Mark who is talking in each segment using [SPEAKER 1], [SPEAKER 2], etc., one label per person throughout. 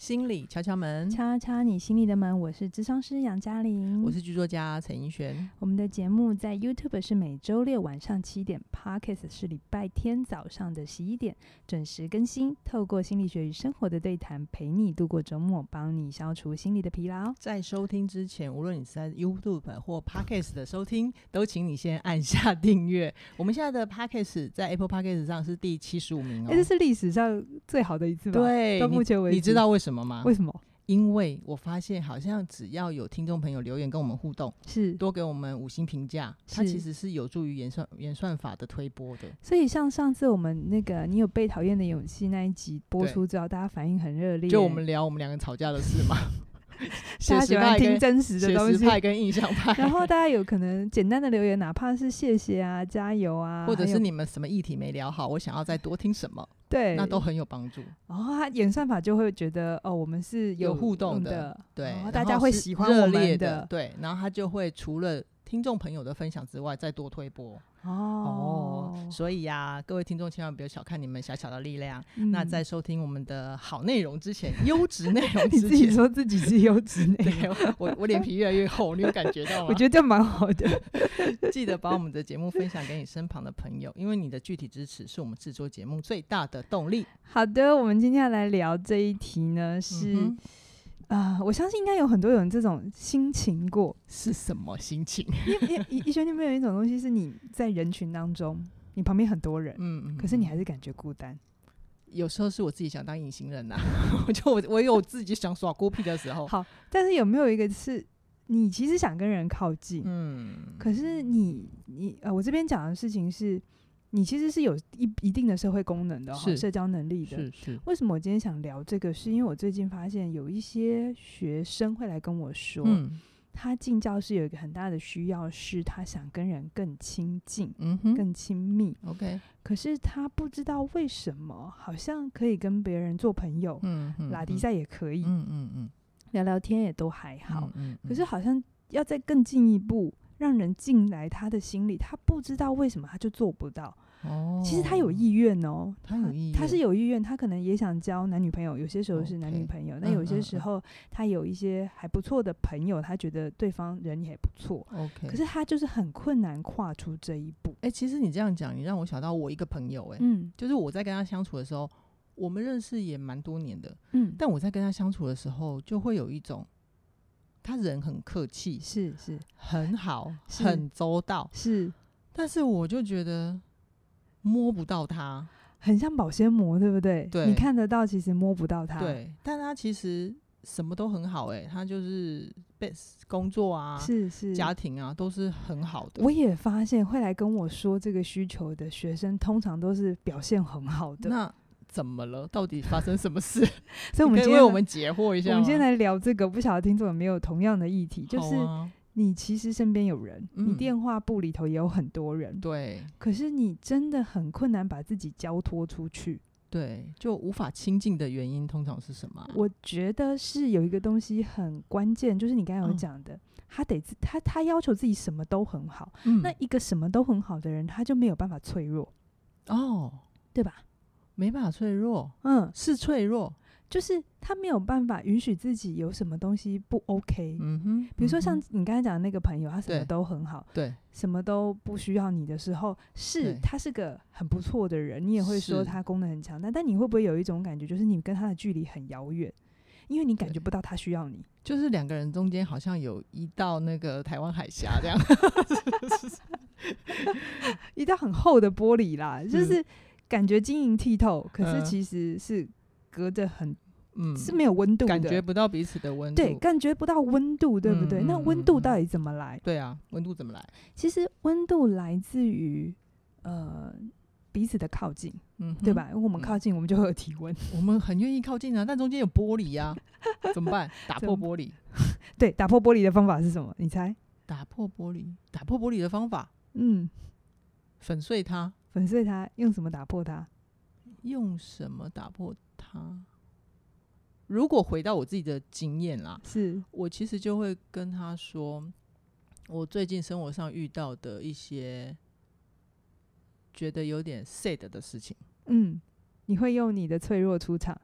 [SPEAKER 1] 心理敲敲门，
[SPEAKER 2] 敲敲你心里的门，我是智商师杨嘉玲，
[SPEAKER 1] 嗯我是剧作家陈奕璇。
[SPEAKER 2] 我们的节目在 YouTube 是每周六晚上七点，Podcast 是礼拜天早上的十一点准时更新。透过心理学与生活的对谈，陪你度过周末，帮你消除心理的疲劳。
[SPEAKER 1] 在收听之前，无论你是在 YouTube 或 Podcast 的收听，都请你先按下订阅。 我们现在的 Podcast 在 Apple Podcast 上是第七十五名哦
[SPEAKER 2] 哎，。这是历史上最好的一次吧？
[SPEAKER 1] 对
[SPEAKER 2] 到目前为止，
[SPEAKER 1] 你知道为什么吗？
[SPEAKER 2] 为什么？
[SPEAKER 1] 因为我发现好像只要有听众朋友留言跟我们互动，
[SPEAKER 2] 是，
[SPEAKER 1] 多给我们五星评价，它
[SPEAKER 2] 是
[SPEAKER 1] 其实是有助于演算演算法的推播的。
[SPEAKER 2] 所以像上次我们那个你有被讨厌的勇气那一集播出之后，大家反应很热烈，
[SPEAKER 1] 就我们聊我们两个吵架的事 嘛，
[SPEAKER 2] 大
[SPEAKER 1] 写
[SPEAKER 2] 家喜
[SPEAKER 1] 实
[SPEAKER 2] 欢
[SPEAKER 1] 派
[SPEAKER 2] 听
[SPEAKER 1] 跟
[SPEAKER 2] 真实的
[SPEAKER 1] 写
[SPEAKER 2] 东
[SPEAKER 1] 实
[SPEAKER 2] 西。
[SPEAKER 1] 派跟印象 派，
[SPEAKER 2] 然后大家有可能简单的留言，哪怕是谢谢啊、加油啊，
[SPEAKER 1] 或者
[SPEAKER 2] 还
[SPEAKER 1] 是
[SPEAKER 2] 有
[SPEAKER 1] 你们什么议题没聊好，我想要再多听什么，
[SPEAKER 2] 对，
[SPEAKER 1] 那都很有帮助。
[SPEAKER 2] 然后他演算法就会觉得哦，我们是
[SPEAKER 1] 有互动的
[SPEAKER 2] 的，
[SPEAKER 1] 对，
[SPEAKER 2] 然后
[SPEAKER 1] 然
[SPEAKER 2] 哦大家
[SPEAKER 1] 后
[SPEAKER 2] 会
[SPEAKER 1] 是
[SPEAKER 2] 喜欢
[SPEAKER 1] 热
[SPEAKER 2] 我们
[SPEAKER 1] 烈
[SPEAKER 2] 的
[SPEAKER 1] 对，然后他就会除了。听众朋友的分享之外，再多推播
[SPEAKER 2] 哦
[SPEAKER 1] 所以呀、啊各位听众千万不要小看你们小小的力量。
[SPEAKER 2] 嗯
[SPEAKER 1] 那在收听我们的好内容之前，优质内容
[SPEAKER 2] 你
[SPEAKER 1] 之
[SPEAKER 2] 自己
[SPEAKER 1] 前，
[SPEAKER 2] 说自己是优质 内容，
[SPEAKER 1] 对啊我我脸皮越来越厚，你有感觉到吗？
[SPEAKER 2] 我觉得这蛮好 的。
[SPEAKER 1] 记得把我们的节目分享给你身旁的朋友，因为你的具体支持是我们制作节目最大的动力。嗯
[SPEAKER 2] 好的，我们今天要来聊这一题呢，是
[SPEAKER 1] 嗯哼
[SPEAKER 2] 啊、我相信应该有很多人这种心情过。
[SPEAKER 1] 是什么心情？
[SPEAKER 2] 因为因为一一轩，你有没有一种东西是你在人群当中，你旁边很多人，
[SPEAKER 1] 嗯，嗯
[SPEAKER 2] 可是你
[SPEAKER 1] 嗯
[SPEAKER 2] 还是感觉孤单？
[SPEAKER 1] 有时候是我自己想当隐形人呐、我 就我我有自己想耍孤僻的时候。
[SPEAKER 2] 好但是有没有一个是你其实想跟人靠近，
[SPEAKER 1] 嗯，
[SPEAKER 2] 可是你你呃，我这边讲的事情是，你其实是有一一定的社会功能的、哦，
[SPEAKER 1] 是
[SPEAKER 2] 社交能力的。
[SPEAKER 1] 是
[SPEAKER 2] 嗯
[SPEAKER 1] 是，
[SPEAKER 2] 为什么我今天想聊这个？是因为我最近发现有一些学生会来跟我说，
[SPEAKER 1] 嗯
[SPEAKER 2] 他进教室有一个很大的需要是，他想跟人更亲近、
[SPEAKER 1] 嗯哼
[SPEAKER 2] 更亲密，
[SPEAKER 1] ，OK，
[SPEAKER 2] 可是他不知道为什么，好像可以跟别人做朋友，
[SPEAKER 1] 嗯嗯
[SPEAKER 2] 拉迪，赛也可以，
[SPEAKER 1] 嗯嗯嗯，
[SPEAKER 2] 聊聊天也都还好。
[SPEAKER 1] 嗯，嗯
[SPEAKER 2] 可是好像要再更进一步，让人进来他的心里，他不知道为什么他就做不到。
[SPEAKER 1] 哦，
[SPEAKER 2] 其实他有意愿哦，
[SPEAKER 1] 他有意
[SPEAKER 2] 他是
[SPEAKER 1] 愿
[SPEAKER 2] 有意愿，他可能也想交男女朋友，有些时候是男女
[SPEAKER 1] OK，
[SPEAKER 2] 朋友，那、
[SPEAKER 1] 嗯
[SPEAKER 2] 有些
[SPEAKER 1] 嗯
[SPEAKER 2] 时
[SPEAKER 1] 嗯
[SPEAKER 2] 候他有一些还不错的朋友，他觉得对方人也不错，
[SPEAKER 1] OK，
[SPEAKER 2] 可是他就是很困难跨出这一步。
[SPEAKER 1] 哎、其实你这样讲，你让我想到我一个朋友、哎、
[SPEAKER 2] 嗯
[SPEAKER 1] 就是我在跟他相处的时候，我们认识也蛮多年的，
[SPEAKER 2] 嗯，
[SPEAKER 1] 但我在跟他相处的时候，就会有一种他人很客气、
[SPEAKER 2] 是是
[SPEAKER 1] 很好、
[SPEAKER 2] 是
[SPEAKER 1] 很周到，
[SPEAKER 2] 是，
[SPEAKER 1] 但是我就觉得摸不到他。
[SPEAKER 2] 很像保鲜膜，对不对？
[SPEAKER 1] 对
[SPEAKER 2] 你看得到，其实摸不到它。，
[SPEAKER 1] 对，但他其实什么都很好、欸，他就是被工作啊、
[SPEAKER 2] 是是。
[SPEAKER 1] 家庭啊都是很好的。
[SPEAKER 2] 我也发现会来跟我说这个需求的学生，通常都是表现很好的。
[SPEAKER 1] 那怎么了？到底发生什么事？
[SPEAKER 2] 所以我们
[SPEAKER 1] 可以
[SPEAKER 2] 今
[SPEAKER 1] 为
[SPEAKER 2] 天
[SPEAKER 1] 我们解惑一
[SPEAKER 2] 我
[SPEAKER 1] 下吗。
[SPEAKER 2] 们今天来聊这个，不晓得听众有没有同样的议题，就
[SPEAKER 1] 好
[SPEAKER 2] 是
[SPEAKER 1] 啊
[SPEAKER 2] 你其实身边有人，你
[SPEAKER 1] 嗯
[SPEAKER 2] 电话簿里头也有很多人，
[SPEAKER 1] 对
[SPEAKER 2] 可是你真的很困难把自己交托出去。
[SPEAKER 1] 对，就无法亲近的原因通常是什么啊、
[SPEAKER 2] 我觉得是有一个东西很关键，就是你刚才有
[SPEAKER 1] 嗯
[SPEAKER 2] 讲的，他得自他他要求自己什么都很好，
[SPEAKER 1] 嗯
[SPEAKER 2] 那一个什么都很好的人，他就没有办法脆弱，
[SPEAKER 1] 哦，
[SPEAKER 2] 对吧？
[SPEAKER 1] 没办法脆弱，
[SPEAKER 2] 嗯，
[SPEAKER 1] 是脆弱。
[SPEAKER 2] 就是他没有办法允许自己有什么东西不 OK。
[SPEAKER 1] 嗯哼，
[SPEAKER 2] 比如
[SPEAKER 1] 嗯
[SPEAKER 2] 说
[SPEAKER 1] 哼
[SPEAKER 2] 像你刚才讲的那个朋友，他什么
[SPEAKER 1] 对
[SPEAKER 2] 都很好，
[SPEAKER 1] 对
[SPEAKER 2] 什么都不需要你的时候，是
[SPEAKER 1] 对
[SPEAKER 2] 他是个很不错的人，你也会说
[SPEAKER 1] 是
[SPEAKER 2] 他功能很强大，但你会不会有一种感觉，就是你跟他的距离很遥远，因为你感
[SPEAKER 1] 对
[SPEAKER 2] 觉不到他需要你？
[SPEAKER 1] 就是两个人中间好像有一道那个台湾海峡 这样。
[SPEAKER 2] 一道很厚的玻璃啦，就是是感觉晶莹剔透，可是
[SPEAKER 1] 嗯
[SPEAKER 2] 其实是隔着很、
[SPEAKER 1] 嗯，
[SPEAKER 2] 是没有温度的，
[SPEAKER 1] 感觉不到彼此的温度。
[SPEAKER 2] 对，感觉不到温度，对不对？
[SPEAKER 1] 嗯
[SPEAKER 2] 那
[SPEAKER 1] 嗯
[SPEAKER 2] 温度
[SPEAKER 1] 嗯
[SPEAKER 2] 到底怎么来？
[SPEAKER 1] 对啊，温度怎么来？
[SPEAKER 2] 其实温度来自于呃彼此的靠近，
[SPEAKER 1] 嗯，
[SPEAKER 2] 对？吧？我们
[SPEAKER 1] 嗯
[SPEAKER 2] 靠近，我们就会有体温。
[SPEAKER 1] 我们很愿意靠近啊， 但中间有玻璃 啊，怎么办？打
[SPEAKER 2] 怎
[SPEAKER 1] 破
[SPEAKER 2] 么
[SPEAKER 1] 玻璃，
[SPEAKER 2] 对，打破玻璃的方法是什么？你猜？
[SPEAKER 1] 打破玻璃，打破玻璃的方法，
[SPEAKER 2] 嗯，
[SPEAKER 1] 粉碎它。
[SPEAKER 2] 粉碎它，用什么打破它？
[SPEAKER 1] 用什么打破它？如果回到我自己的经验啦，
[SPEAKER 2] 是
[SPEAKER 1] 我其实就会跟他说，我最近生活上遇到的一些觉得有点 sad 的事情。
[SPEAKER 2] 嗯，你会用你的脆弱出场，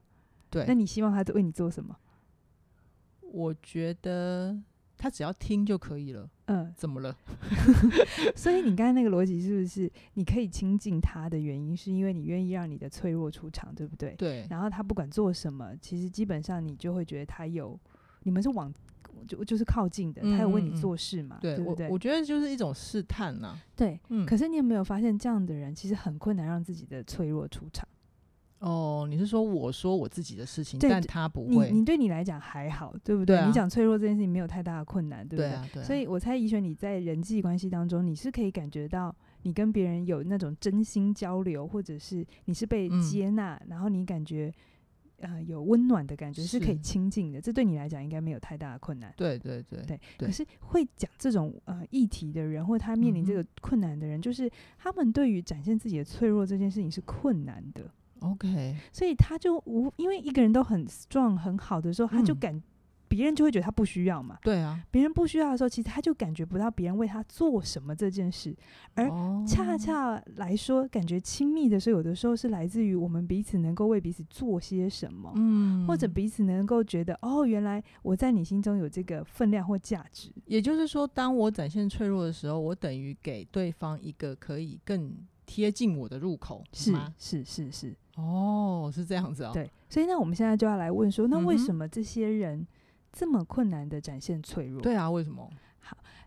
[SPEAKER 1] 对
[SPEAKER 2] 那你希望他为你做什么？
[SPEAKER 1] 我觉得他只要听就可以了，
[SPEAKER 2] 嗯，
[SPEAKER 1] 怎么了？
[SPEAKER 2] 所以你刚才那个逻辑是不是你可以亲近他的原因，是因为你愿意让你的脆弱出场，对不对？
[SPEAKER 1] 对，
[SPEAKER 2] 然后他不管做什么，其实基本上你就会觉得他有，你们是往就就是靠近的，他有为
[SPEAKER 1] 嗯嗯
[SPEAKER 2] 你
[SPEAKER 1] 嗯
[SPEAKER 2] 做事嘛，
[SPEAKER 1] 对
[SPEAKER 2] 不对
[SPEAKER 1] 我我？觉得就是一种试探呐、
[SPEAKER 2] 对。
[SPEAKER 1] 嗯，
[SPEAKER 2] 可是你有没有发现，这样的人其实很困难让自己的脆弱出场？
[SPEAKER 1] 哦，你是说我说我自己的事情，
[SPEAKER 2] 对
[SPEAKER 1] 但
[SPEAKER 2] 对
[SPEAKER 1] 他不
[SPEAKER 2] 你
[SPEAKER 1] 会，
[SPEAKER 2] 你对你来讲还好，对不
[SPEAKER 1] 对啊
[SPEAKER 2] 你讲脆弱这件事情没有太大的困难，对不
[SPEAKER 1] 对啊，对啊，
[SPEAKER 2] 所以我猜怡璇你在人际关系当中，你是可以感觉到你跟别人有那种真心交流，或者是你是被
[SPEAKER 1] 嗯
[SPEAKER 2] 接纳，然后你感觉呃有温暖的感觉，是可以
[SPEAKER 1] 是
[SPEAKER 2] 亲近的。这对你来讲应该没有太大的困难。
[SPEAKER 1] 对对对
[SPEAKER 2] 对，
[SPEAKER 1] 对
[SPEAKER 2] 可是会讲这种呃议题的人，或他面临
[SPEAKER 1] 嗯
[SPEAKER 2] 这个困难的人，就是他们对于展现自己的脆弱这件事情是困难的，
[SPEAKER 1] ，OK，
[SPEAKER 2] 所以他就无因为一个人都很 strong 很好的时候，他就
[SPEAKER 1] 嗯
[SPEAKER 2] 感、别人就会觉得他不需要嘛，
[SPEAKER 1] 对啊，
[SPEAKER 2] 别人不需要的时候，其实他就感觉不到别人为他做什么这件事。而
[SPEAKER 1] 哦
[SPEAKER 2] 恰恰来说，感觉亲密的时候，有的时候是来自于我们彼此能够为彼此做些什么，
[SPEAKER 1] 嗯，
[SPEAKER 2] 或者彼此能够觉得哦，原来我在你心中有这个分量或价值。
[SPEAKER 1] 也就是说，当我展现脆弱的时候，我等于给对方一个可以更贴近我的入口，
[SPEAKER 2] 是
[SPEAKER 1] 吗？
[SPEAKER 2] 是是是，
[SPEAKER 1] 哦，是这样子哦，
[SPEAKER 2] 对。所以那我们现在就要来问说，那为
[SPEAKER 1] 嗯哼
[SPEAKER 2] 什么这些人这么困难的展现脆弱？
[SPEAKER 1] 对啊，为什么？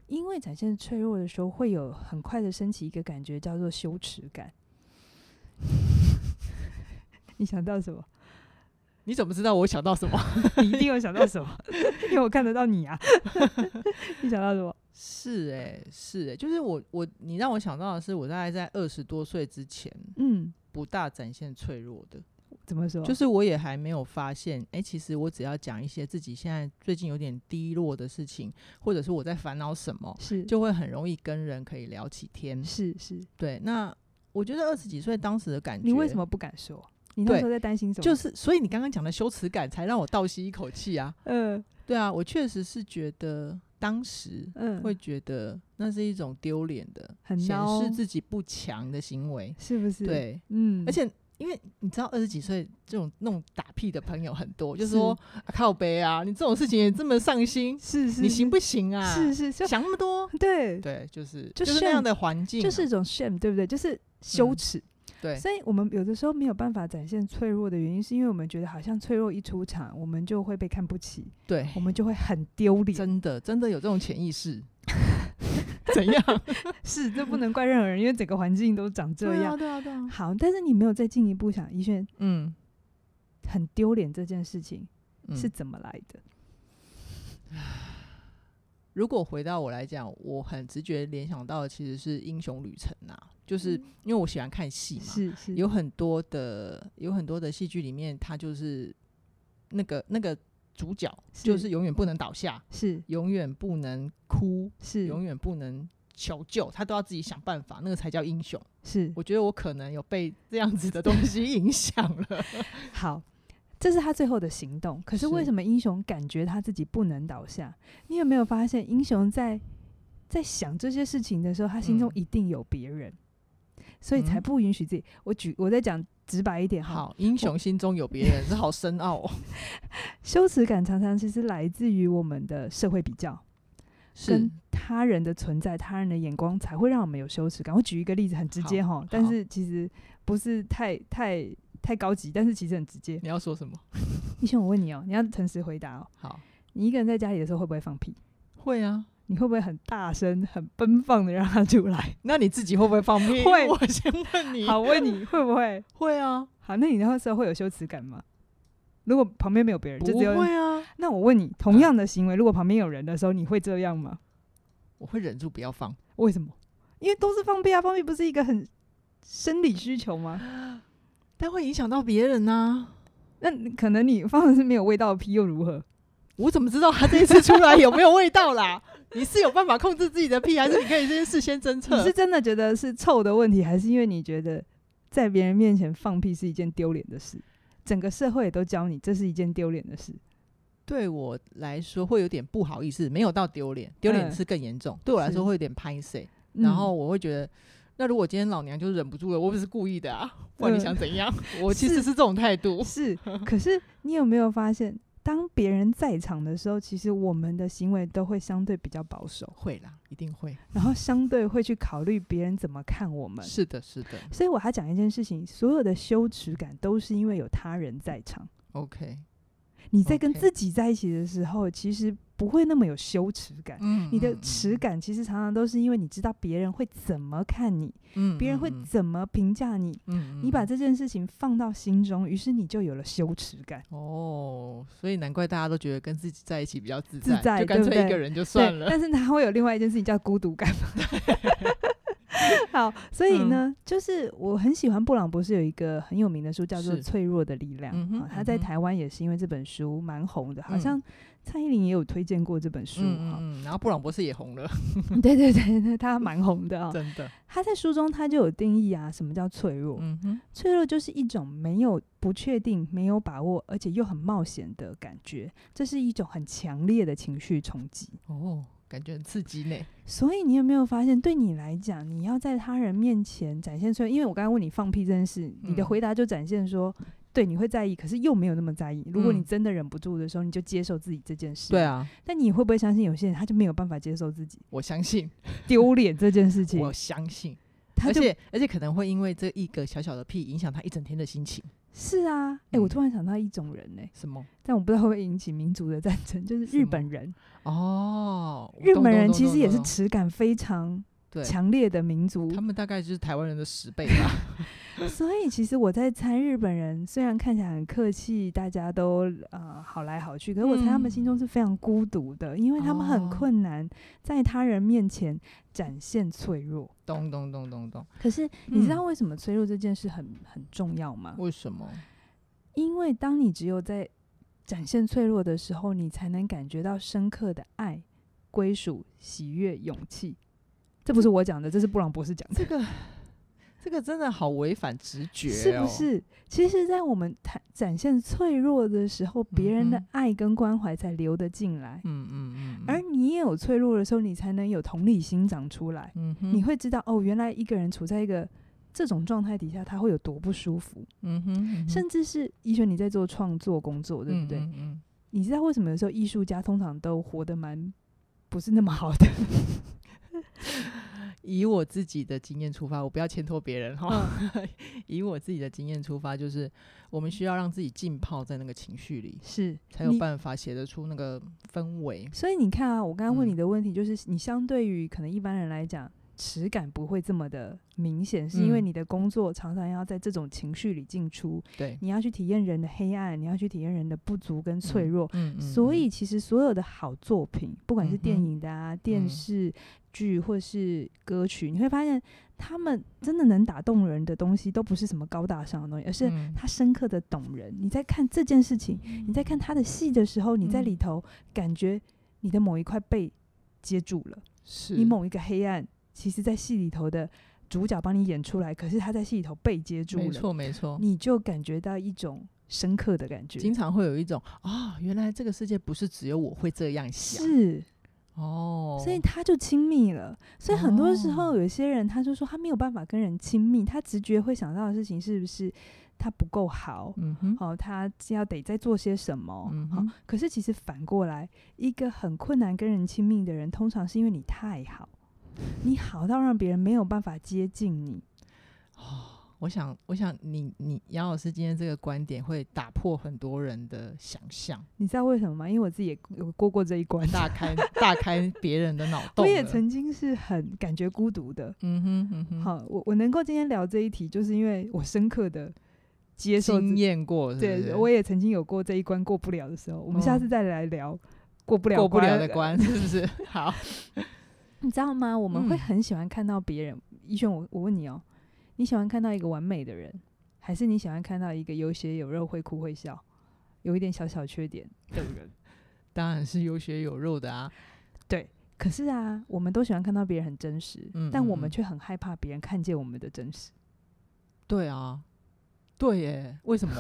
[SPEAKER 2] 因为展现脆弱的时候，会有很快的升起一个感觉，叫做羞耻感。 你想到什么？
[SPEAKER 1] 你怎么知道我想到什么？
[SPEAKER 2] 你一定有想到什么， 因为我看得到你啊。 你想到什么？
[SPEAKER 1] 是哎、是哎、就是我我你让我想到的是，我大概在二十多岁之前
[SPEAKER 2] 嗯，
[SPEAKER 1] 不大展现脆弱的，
[SPEAKER 2] 怎么说？
[SPEAKER 1] 就是我也还没有发现，哎、其实我只要讲一些自己现在最近有点低落的事情，或者是我在烦恼什么，
[SPEAKER 2] 是
[SPEAKER 1] 就会很容易跟人可以聊起天。
[SPEAKER 2] 是是，
[SPEAKER 1] 对，那我觉得二十几岁当时的感觉，
[SPEAKER 2] 你为什么不敢说？你那
[SPEAKER 1] 对
[SPEAKER 2] 时候在担心什么？
[SPEAKER 1] 就是是？所以你刚刚讲的羞耻感才让我倒吸一口气啊。
[SPEAKER 2] 嗯
[SPEAKER 1] 对啊，我确实是觉得当时
[SPEAKER 2] 嗯，
[SPEAKER 1] 会觉得那是一种丢脸的，
[SPEAKER 2] 很
[SPEAKER 1] 显
[SPEAKER 2] 孬
[SPEAKER 1] 示自己不强的行为。
[SPEAKER 2] 是不是？，
[SPEAKER 1] 对，
[SPEAKER 2] 嗯，
[SPEAKER 1] 而且因为你知道二十几岁这种那种打屁的朋友很多，就是说、啊靠背啊，你这种事情也这么上心，
[SPEAKER 2] 是是，
[SPEAKER 1] 你行
[SPEAKER 2] 是
[SPEAKER 1] 不行啊？
[SPEAKER 2] 是是就
[SPEAKER 1] 想那么多，
[SPEAKER 2] 对，
[SPEAKER 1] 对，就是
[SPEAKER 2] 就
[SPEAKER 1] 那样
[SPEAKER 2] 像
[SPEAKER 1] 的环境啊，
[SPEAKER 2] 就是一种 shame，对不对？就是羞
[SPEAKER 1] 嗯
[SPEAKER 2] 耻。
[SPEAKER 1] 对，
[SPEAKER 2] 所以我们有的时候没有办法展现脆弱的原因，是因为我们觉得好像脆弱一出场，我们就会被看不起，
[SPEAKER 1] 对，
[SPEAKER 2] 我们就会很丢脸。
[SPEAKER 1] 真的真的有这种潜意 识，怎样？
[SPEAKER 2] 是，这不能怪任何人，因为整个环境都长这样。
[SPEAKER 1] 对啊，对啊，
[SPEAKER 2] 好，但是你没有再进一步想，怡轩
[SPEAKER 1] 嗯，
[SPEAKER 2] 很丢脸这件事情
[SPEAKER 1] 嗯
[SPEAKER 2] 是怎么来的？
[SPEAKER 1] 如果回到我来讲，我很直觉联想到的其实是《英雄旅程》呐，就是
[SPEAKER 2] 嗯
[SPEAKER 1] 因为我喜欢看戏嘛，
[SPEAKER 2] 是是
[SPEAKER 1] 有很多的有很多的戏剧里面，它就是那个那个主角
[SPEAKER 2] 是
[SPEAKER 1] 就是永远不能倒下，
[SPEAKER 2] 是
[SPEAKER 1] 永远不能哭，
[SPEAKER 2] 是
[SPEAKER 1] 永远不能求救，他都要自己想办法，那个才叫英雄。
[SPEAKER 2] 是
[SPEAKER 1] 我觉得我可能有被这样子的东西 影响了。
[SPEAKER 2] 好。这是他最后的行动，可是为
[SPEAKER 1] 是
[SPEAKER 2] 什么英雄感觉他自己不能倒下？你有没有发现，英雄在在想这些事情的时候，他心中
[SPEAKER 1] 嗯
[SPEAKER 2] 一定有别人，所以才
[SPEAKER 1] 嗯
[SPEAKER 2] 不允许自己。我举我再讲直白一点哈，
[SPEAKER 1] 好，英雄心中有别人，这好深奥、哦。
[SPEAKER 2] 羞耻感常常其实来自于我们的社会比较，
[SPEAKER 1] 是
[SPEAKER 2] 跟，他人的存在、他人的眼光，才会让我们有羞耻感。我举一个例子，很直接哈，但是其实不是太太太高级，但是其实很直接。
[SPEAKER 1] 你要说什么？
[SPEAKER 2] 一轩，我问你哦、你要诚实回答哦、
[SPEAKER 1] 好，
[SPEAKER 2] 你一个人在家里的时候会不会放屁？
[SPEAKER 1] 会啊。
[SPEAKER 2] 你会不会很大声、很奔放的让它出来？
[SPEAKER 1] 那你自己会不会放屁？
[SPEAKER 2] 会
[SPEAKER 1] 我先问 你。
[SPEAKER 2] 好，，我问你会不会？
[SPEAKER 1] 会啊，
[SPEAKER 2] 好，那你那时候会有羞耻感吗？如果旁边没有别人，
[SPEAKER 1] 不
[SPEAKER 2] 就只有
[SPEAKER 1] 会啊，
[SPEAKER 2] 那我问你，同样的行为，如果旁边有人的时候，你会这样吗？
[SPEAKER 1] 我会忍住不要放。
[SPEAKER 2] 为什么？因为都是放屁啊，放屁不是一个很生理需求吗？
[SPEAKER 1] 但会影响到别人呐、
[SPEAKER 2] 那你可能你放的是没有味道的屁又如何？
[SPEAKER 1] 我怎么知道他这一次出来有没有味道啦？你是有办法控制自己的屁，还是你可以先事先侦
[SPEAKER 2] 你
[SPEAKER 1] 测？
[SPEAKER 2] 是真的觉得是臭的问题，还是因为你觉得在别人面前放屁是一件丢脸的事？整个社会也都教你这是一件丢脸的事。
[SPEAKER 1] 对我来说会有点不好意思，没有到丢脸，丢脸
[SPEAKER 2] 嗯
[SPEAKER 1] 是更严重。对我来
[SPEAKER 2] 是
[SPEAKER 1] 说会有点拍 C，、
[SPEAKER 2] 嗯
[SPEAKER 1] 然后我会觉得。那如果今天老娘就忍不住了，我不是故意的啊，不管你想怎样， 我其实是这种态度。
[SPEAKER 2] 是，可是你有没有发现，当别人在场的时候，其实我们的行为都会相对比较保守，
[SPEAKER 1] 会啦，一定会。
[SPEAKER 2] 然后相对会去考虑别人怎么看我们。
[SPEAKER 1] 是的，是的。
[SPEAKER 2] 所以我还讲一件事情，所有的羞耻感都是因为有他人在场。
[SPEAKER 1] OK，
[SPEAKER 2] 你在跟
[SPEAKER 1] OK
[SPEAKER 2] 自己在一起的时候，其实不会那么有羞耻感。
[SPEAKER 1] 嗯
[SPEAKER 2] 你的耻，感其实常常都是因为你知道别人会怎么看你，
[SPEAKER 1] 嗯
[SPEAKER 2] 别人会
[SPEAKER 1] 嗯
[SPEAKER 2] 怎么评价你，
[SPEAKER 1] 嗯
[SPEAKER 2] 你把
[SPEAKER 1] 嗯
[SPEAKER 2] 这件事情放到心中，于是你就有了羞耻感。
[SPEAKER 1] 哦，所以难怪大家都觉得跟自己在一起比较自
[SPEAKER 2] 自
[SPEAKER 1] 在，
[SPEAKER 2] 在
[SPEAKER 1] 就
[SPEAKER 2] 对
[SPEAKER 1] 干
[SPEAKER 2] 不
[SPEAKER 1] 脆一
[SPEAKER 2] 对
[SPEAKER 1] 个人就算
[SPEAKER 2] 对
[SPEAKER 1] 了。
[SPEAKER 2] 但是它会有另外一件事情叫孤独感。 好，所以呢，
[SPEAKER 1] 嗯
[SPEAKER 2] 就是我很喜欢布朗博士有一个很有名的书叫做
[SPEAKER 1] 是
[SPEAKER 2] 《脆弱的力量》
[SPEAKER 1] 嗯哼
[SPEAKER 2] 啊，他在
[SPEAKER 1] 嗯哼
[SPEAKER 2] 台湾也是因为这本书蛮红的，好
[SPEAKER 1] 嗯
[SPEAKER 2] 像蔡依林也有推荐过这本书
[SPEAKER 1] 嗯
[SPEAKER 2] 哈。
[SPEAKER 1] 嗯嗯，然后布朗博士也红了，
[SPEAKER 2] 对对对，那他蛮红的 啊。
[SPEAKER 1] 真的。
[SPEAKER 2] 他在书中他就有定义啊，什么叫脆弱？
[SPEAKER 1] 嗯哼，
[SPEAKER 2] 脆弱就是一种没有不确定、没有把握，而且又很冒险的感觉，这是一种很强烈的情绪冲击。
[SPEAKER 1] 哦，感觉很刺激 呢。
[SPEAKER 2] 所以你有没有发现，对你来讲，你要在他人面前展现出来？因为我刚刚问你放屁这件事，你的
[SPEAKER 1] 嗯
[SPEAKER 2] 回答就展现说，对，你会在意，可是又没有那么在意。如果你
[SPEAKER 1] 嗯
[SPEAKER 2] 真的忍不住的时候，你就接受自己这件事。
[SPEAKER 1] 对。啊，
[SPEAKER 2] 但你会不会相信有些人他就没有办法接受自己
[SPEAKER 1] 我相信，
[SPEAKER 2] 丢脸这件事情
[SPEAKER 1] 我？相信，
[SPEAKER 2] 他
[SPEAKER 1] 而
[SPEAKER 2] 就
[SPEAKER 1] 且而且可能会因为这一个小小的屁影响他一整天的心情。
[SPEAKER 2] 是啊，哎、我
[SPEAKER 1] 嗯
[SPEAKER 2] 突然想到一种人呢、
[SPEAKER 1] 什么？
[SPEAKER 2] 但我不知道会不会引起民族的战争，就是
[SPEAKER 1] 什
[SPEAKER 2] 日
[SPEAKER 1] 么
[SPEAKER 2] 本人。
[SPEAKER 1] 哦，
[SPEAKER 2] 日
[SPEAKER 1] 懂
[SPEAKER 2] 本人
[SPEAKER 1] 懂
[SPEAKER 2] 其
[SPEAKER 1] 懂
[SPEAKER 2] 实也
[SPEAKER 1] 懂
[SPEAKER 2] 是
[SPEAKER 1] 懂
[SPEAKER 2] 耻感非常
[SPEAKER 1] 对，
[SPEAKER 2] 强烈的民族
[SPEAKER 1] 他，们大概就是台湾人的十倍 吧。
[SPEAKER 2] 所以其实我在猜，日本人虽然看起来很客气，大家都呃好来好去，可是我猜他们心中是非常孤独的，因为他们很
[SPEAKER 1] 哦
[SPEAKER 2] 困难在他人面前展现脆弱。
[SPEAKER 1] 咚咚咚咚 咚，
[SPEAKER 2] 可是你知
[SPEAKER 1] 嗯
[SPEAKER 2] 道为什么脆弱这件事很很重要吗？
[SPEAKER 1] 为什么？
[SPEAKER 2] 因为当你只有在展现脆弱的时候，你才能感觉到深刻的爱、归属、喜悦、勇气。这不是我讲的，这是布朗博士讲的。
[SPEAKER 1] 这个 这个真的好违反直觉、哦，
[SPEAKER 2] 是不？是？其实，在我们谈展现脆弱的时候，别人的
[SPEAKER 1] 嗯哼
[SPEAKER 2] 爱跟关怀才流得进来，
[SPEAKER 1] 嗯嗯嗯，嗯
[SPEAKER 2] 而你也有脆弱的时候，你才能有同理心长出来。
[SPEAKER 1] 嗯哼，
[SPEAKER 2] 你会知道，哦，原来一个人处在一个这种状态底下，他会有多不舒服，
[SPEAKER 1] 嗯哼，嗯哼
[SPEAKER 2] 甚至是医生你在做创作工作，对不对？
[SPEAKER 1] 嗯嗯
[SPEAKER 2] 你知道为什么有时候艺术家通常都活得蛮不是那么好的？
[SPEAKER 1] 嗯以我自己的经验出发，我不要牵拖别人哈。 以我自己的经验出发，就是我们需要让自己浸泡在那个情绪里，
[SPEAKER 2] 是
[SPEAKER 1] 才有
[SPEAKER 2] 你
[SPEAKER 1] 办法写得出那个氛围。
[SPEAKER 2] 所以你看啊，我刚刚问
[SPEAKER 1] 嗯
[SPEAKER 2] 你的问题就是，你相对于可能一般人来讲，耻感不会这么的明显，是因为
[SPEAKER 1] 嗯
[SPEAKER 2] 你的工作常常要在这种情绪里进出，
[SPEAKER 1] 对，
[SPEAKER 2] 你要去体验人的黑暗，你要去体验人的不足跟脆弱。
[SPEAKER 1] 嗯，嗯
[SPEAKER 2] 所以，其实所有的好作品，不管是电
[SPEAKER 1] 嗯哼
[SPEAKER 2] 影的啊、电
[SPEAKER 1] 嗯
[SPEAKER 2] 视剧或是歌曲，你会发现，他们真的能打动人的东西，都不是什么高大上的东西，而是
[SPEAKER 1] 嗯
[SPEAKER 2] 他深刻的懂人。你在看这件事情，你在看他的戏的时候，你在
[SPEAKER 1] 嗯
[SPEAKER 2] 里头感觉你的某一块被接住了，
[SPEAKER 1] 是
[SPEAKER 2] 你某一个黑暗，其实在戏里头的主角帮你演出来，可是他在戏里头被接住
[SPEAKER 1] 没
[SPEAKER 2] 了，
[SPEAKER 1] 错没错，
[SPEAKER 2] 你就感觉到一种深刻的感觉
[SPEAKER 1] 经。常会有一种啊、原来这个世界不是只有我会这样想
[SPEAKER 2] 是，
[SPEAKER 1] 哦，
[SPEAKER 2] 所以他就亲密了。所以很多时候，
[SPEAKER 1] 哦
[SPEAKER 2] 有些人他就说他没有办法跟人亲密，他直觉会想到的事情是不是他不够好，
[SPEAKER 1] 嗯哼，
[SPEAKER 2] 哦，他要得再做些什么？
[SPEAKER 1] 嗯
[SPEAKER 2] 好、
[SPEAKER 1] 哼
[SPEAKER 2] 可是其实反过来，一个很困难跟人亲密的人，通常是因为你太好，你好到让别人没有办法接近你。
[SPEAKER 1] 我想，我想你你杨老师今天这个观点会打破很多人的想象，
[SPEAKER 2] 你知道为什么吗？因为我自己也有过过这 一关，
[SPEAKER 1] 大开大开别人的脑洞
[SPEAKER 2] 我
[SPEAKER 1] 了。
[SPEAKER 2] 也曾经是很感觉孤独的。
[SPEAKER 1] 嗯哼嗯哼，
[SPEAKER 2] 好，我我能够今天聊这一题，就是因为我深刻的接受自
[SPEAKER 1] 经验过是不是，哦
[SPEAKER 2] 对，我也曾经有过这一关过不了的时候，我们下次再来聊过不了
[SPEAKER 1] 过不了的
[SPEAKER 2] 呃
[SPEAKER 1] 关是不是？ 好，
[SPEAKER 2] 你知道吗？我们会
[SPEAKER 1] 嗯
[SPEAKER 2] 很喜欢看到别人。一轩，我我问你哦，你喜欢看到一个完美的人，还是你喜欢看到一个有血有肉、会哭会笑、有一点小小缺点的人？
[SPEAKER 1] 当然是有血有肉的啊。
[SPEAKER 2] 可是啊，我们都喜欢看到别人很真实，
[SPEAKER 1] 嗯
[SPEAKER 2] 但
[SPEAKER 1] 嗯
[SPEAKER 2] 我们
[SPEAKER 1] 嗯
[SPEAKER 2] 却很害怕别人看见我们的真实。
[SPEAKER 1] 对啊，对耶，为什么？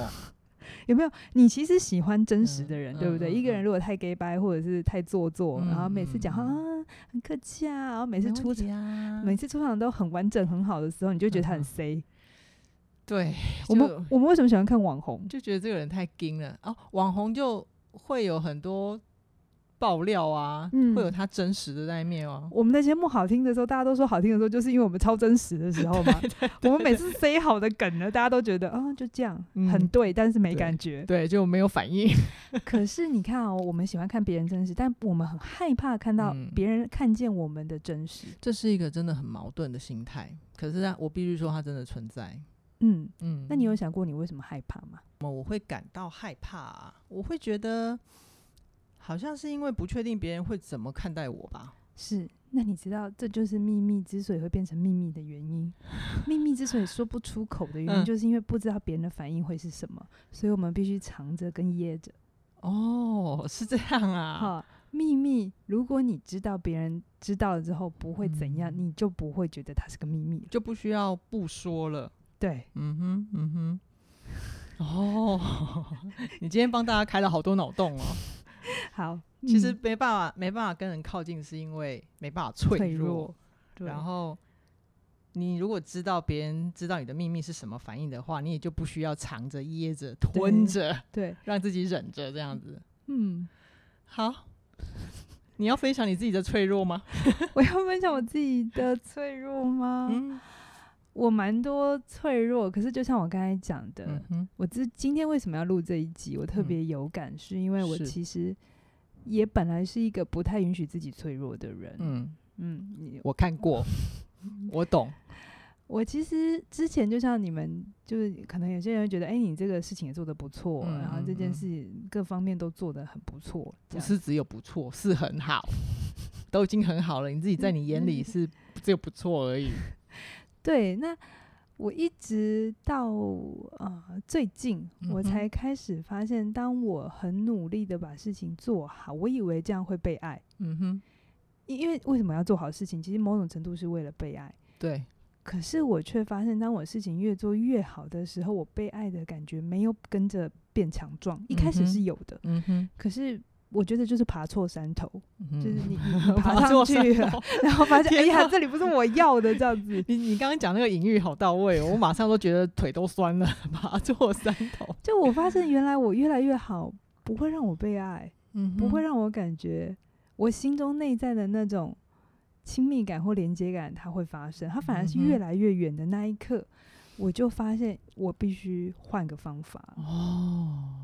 [SPEAKER 2] 有没有？你其实喜欢真实的人，
[SPEAKER 1] 嗯
[SPEAKER 2] 对不对？
[SPEAKER 1] 嗯嗯
[SPEAKER 2] 一个人如果太 gay 掰或者是太做作，
[SPEAKER 1] 嗯
[SPEAKER 2] 然后每次讲话、
[SPEAKER 1] 嗯
[SPEAKER 2] 啊很客气啊，然后每
[SPEAKER 1] 每
[SPEAKER 2] 次出场、
[SPEAKER 1] 场
[SPEAKER 2] 每次出场都很完整很好的时候，你就觉得他
[SPEAKER 1] 啊嗯
[SPEAKER 2] 很
[SPEAKER 1] 嗯
[SPEAKER 2] C、
[SPEAKER 1] 对，
[SPEAKER 2] 我
[SPEAKER 1] 就
[SPEAKER 2] 们我们为什么喜欢看网红？
[SPEAKER 1] 就觉得这个人太硬了哦。网红就会有很多爆料啊，
[SPEAKER 2] 嗯
[SPEAKER 1] 会有他真实的那一面哦。
[SPEAKER 2] 我们的节目好听的时候，大家都说好听的时候，就是因为我们超真实的时
[SPEAKER 1] 哦
[SPEAKER 2] 候嘛。我们每次 say 好的梗呢，大家都觉得啊、就这样，
[SPEAKER 1] 嗯
[SPEAKER 2] 很对，但是没
[SPEAKER 1] 对
[SPEAKER 2] 感觉。
[SPEAKER 1] 对，就没有反应。
[SPEAKER 2] 可是你看哦，我们喜欢看别人真实，但我们很害怕看到
[SPEAKER 1] 嗯
[SPEAKER 2] 别人看见我们的真实。
[SPEAKER 1] 这是一个真的很矛盾的心态。可是啊，我必须说，它真的存在。
[SPEAKER 2] 嗯，
[SPEAKER 1] 嗯，
[SPEAKER 2] 那你有想过你为什么害怕吗？
[SPEAKER 1] 我会感到害怕、啊，我会觉得好像是因为不确定别人会怎么看待我吧。
[SPEAKER 2] 是，那你知道这就是秘密之所以会变成秘密的原因。秘密之所以说不出口的原因，
[SPEAKER 1] 嗯
[SPEAKER 2] 就是因为不知道别人的反应会是什么，所以我们必须藏着跟掖着。
[SPEAKER 1] 哦，是这样 啊。
[SPEAKER 2] 好、秘密，如果你知道别人知道了之后不会怎样，
[SPEAKER 1] 嗯
[SPEAKER 2] 你就不会觉得它是个秘密了。
[SPEAKER 1] 就不需要不说了。
[SPEAKER 2] 对，
[SPEAKER 1] 嗯哼，嗯哼。 哦，你今天帮大家开了好多脑洞哦。
[SPEAKER 2] 好，
[SPEAKER 1] 其实
[SPEAKER 2] 嗯
[SPEAKER 1] 没办法，没办法跟人靠近，是因为没办法脆弱。
[SPEAKER 2] 脆弱，对
[SPEAKER 1] 然后，你如果知道别人知道你的秘密是什么反应的话，你也就不需要藏着、掖着、吞着，
[SPEAKER 2] 对，
[SPEAKER 1] 让自己忍着这样子。
[SPEAKER 2] 嗯，
[SPEAKER 1] 好，你要分享你自己的脆弱吗？
[SPEAKER 2] 我要分享我自己的脆弱吗？
[SPEAKER 1] 嗯
[SPEAKER 2] 我蛮多脆弱，可是就像我刚才讲的，
[SPEAKER 1] 嗯哼
[SPEAKER 2] 我这今天为什么要录这一集，我特别有感，是因为我
[SPEAKER 1] 是
[SPEAKER 2] 其实也本来是一个不太允许自己脆弱的人。嗯
[SPEAKER 1] 嗯，
[SPEAKER 2] 你
[SPEAKER 1] 我看过，我懂。
[SPEAKER 2] 我其实之前就像你们，就是可能有些人会觉得，哎、你这个事情也做得不错，
[SPEAKER 1] 嗯
[SPEAKER 2] 然后这
[SPEAKER 1] 嗯
[SPEAKER 2] 件
[SPEAKER 1] 嗯
[SPEAKER 2] 事各方面都做得很不错，这
[SPEAKER 1] 不
[SPEAKER 2] 样
[SPEAKER 1] 是只有不错，是很好，都已经很好了。你自己在你眼里是只有不错而已。
[SPEAKER 2] 对，那我一直到呃最近，我
[SPEAKER 1] 嗯哼
[SPEAKER 2] 才开始发现，当我很努力的把事情做好，我以为这样会被爱，
[SPEAKER 1] 嗯哼，
[SPEAKER 2] 因因为为什么要做好事情？其实某种程度是为了被爱。
[SPEAKER 1] 对，
[SPEAKER 2] 可是我却发现，当我事情越做越好的时候，我被爱的感觉没有跟着变强壮。一开始
[SPEAKER 1] 嗯哼
[SPEAKER 2] 是有的，
[SPEAKER 1] 嗯哼，
[SPEAKER 2] 可是我觉得就是爬错山头，
[SPEAKER 1] 就
[SPEAKER 2] 就是 你你你爬上去了，
[SPEAKER 1] 了。
[SPEAKER 2] 然后发现哎
[SPEAKER 1] 天
[SPEAKER 2] 呀，
[SPEAKER 1] 哪
[SPEAKER 2] 这里不是我要的这样 子。
[SPEAKER 1] 你你刚刚讲那个隐喻好到位、哦，我马上都觉得腿都酸了，爬坐山头，
[SPEAKER 2] 就我发现，原来我越来越好，不会让我被爱，
[SPEAKER 1] 嗯
[SPEAKER 2] 不会让我感觉我心中内在的那种亲密感或连接感，它会发生。它反而是
[SPEAKER 1] 嗯哼
[SPEAKER 2] 越来越远的那一刻，我就发现我必须换个方法。
[SPEAKER 1] 哦。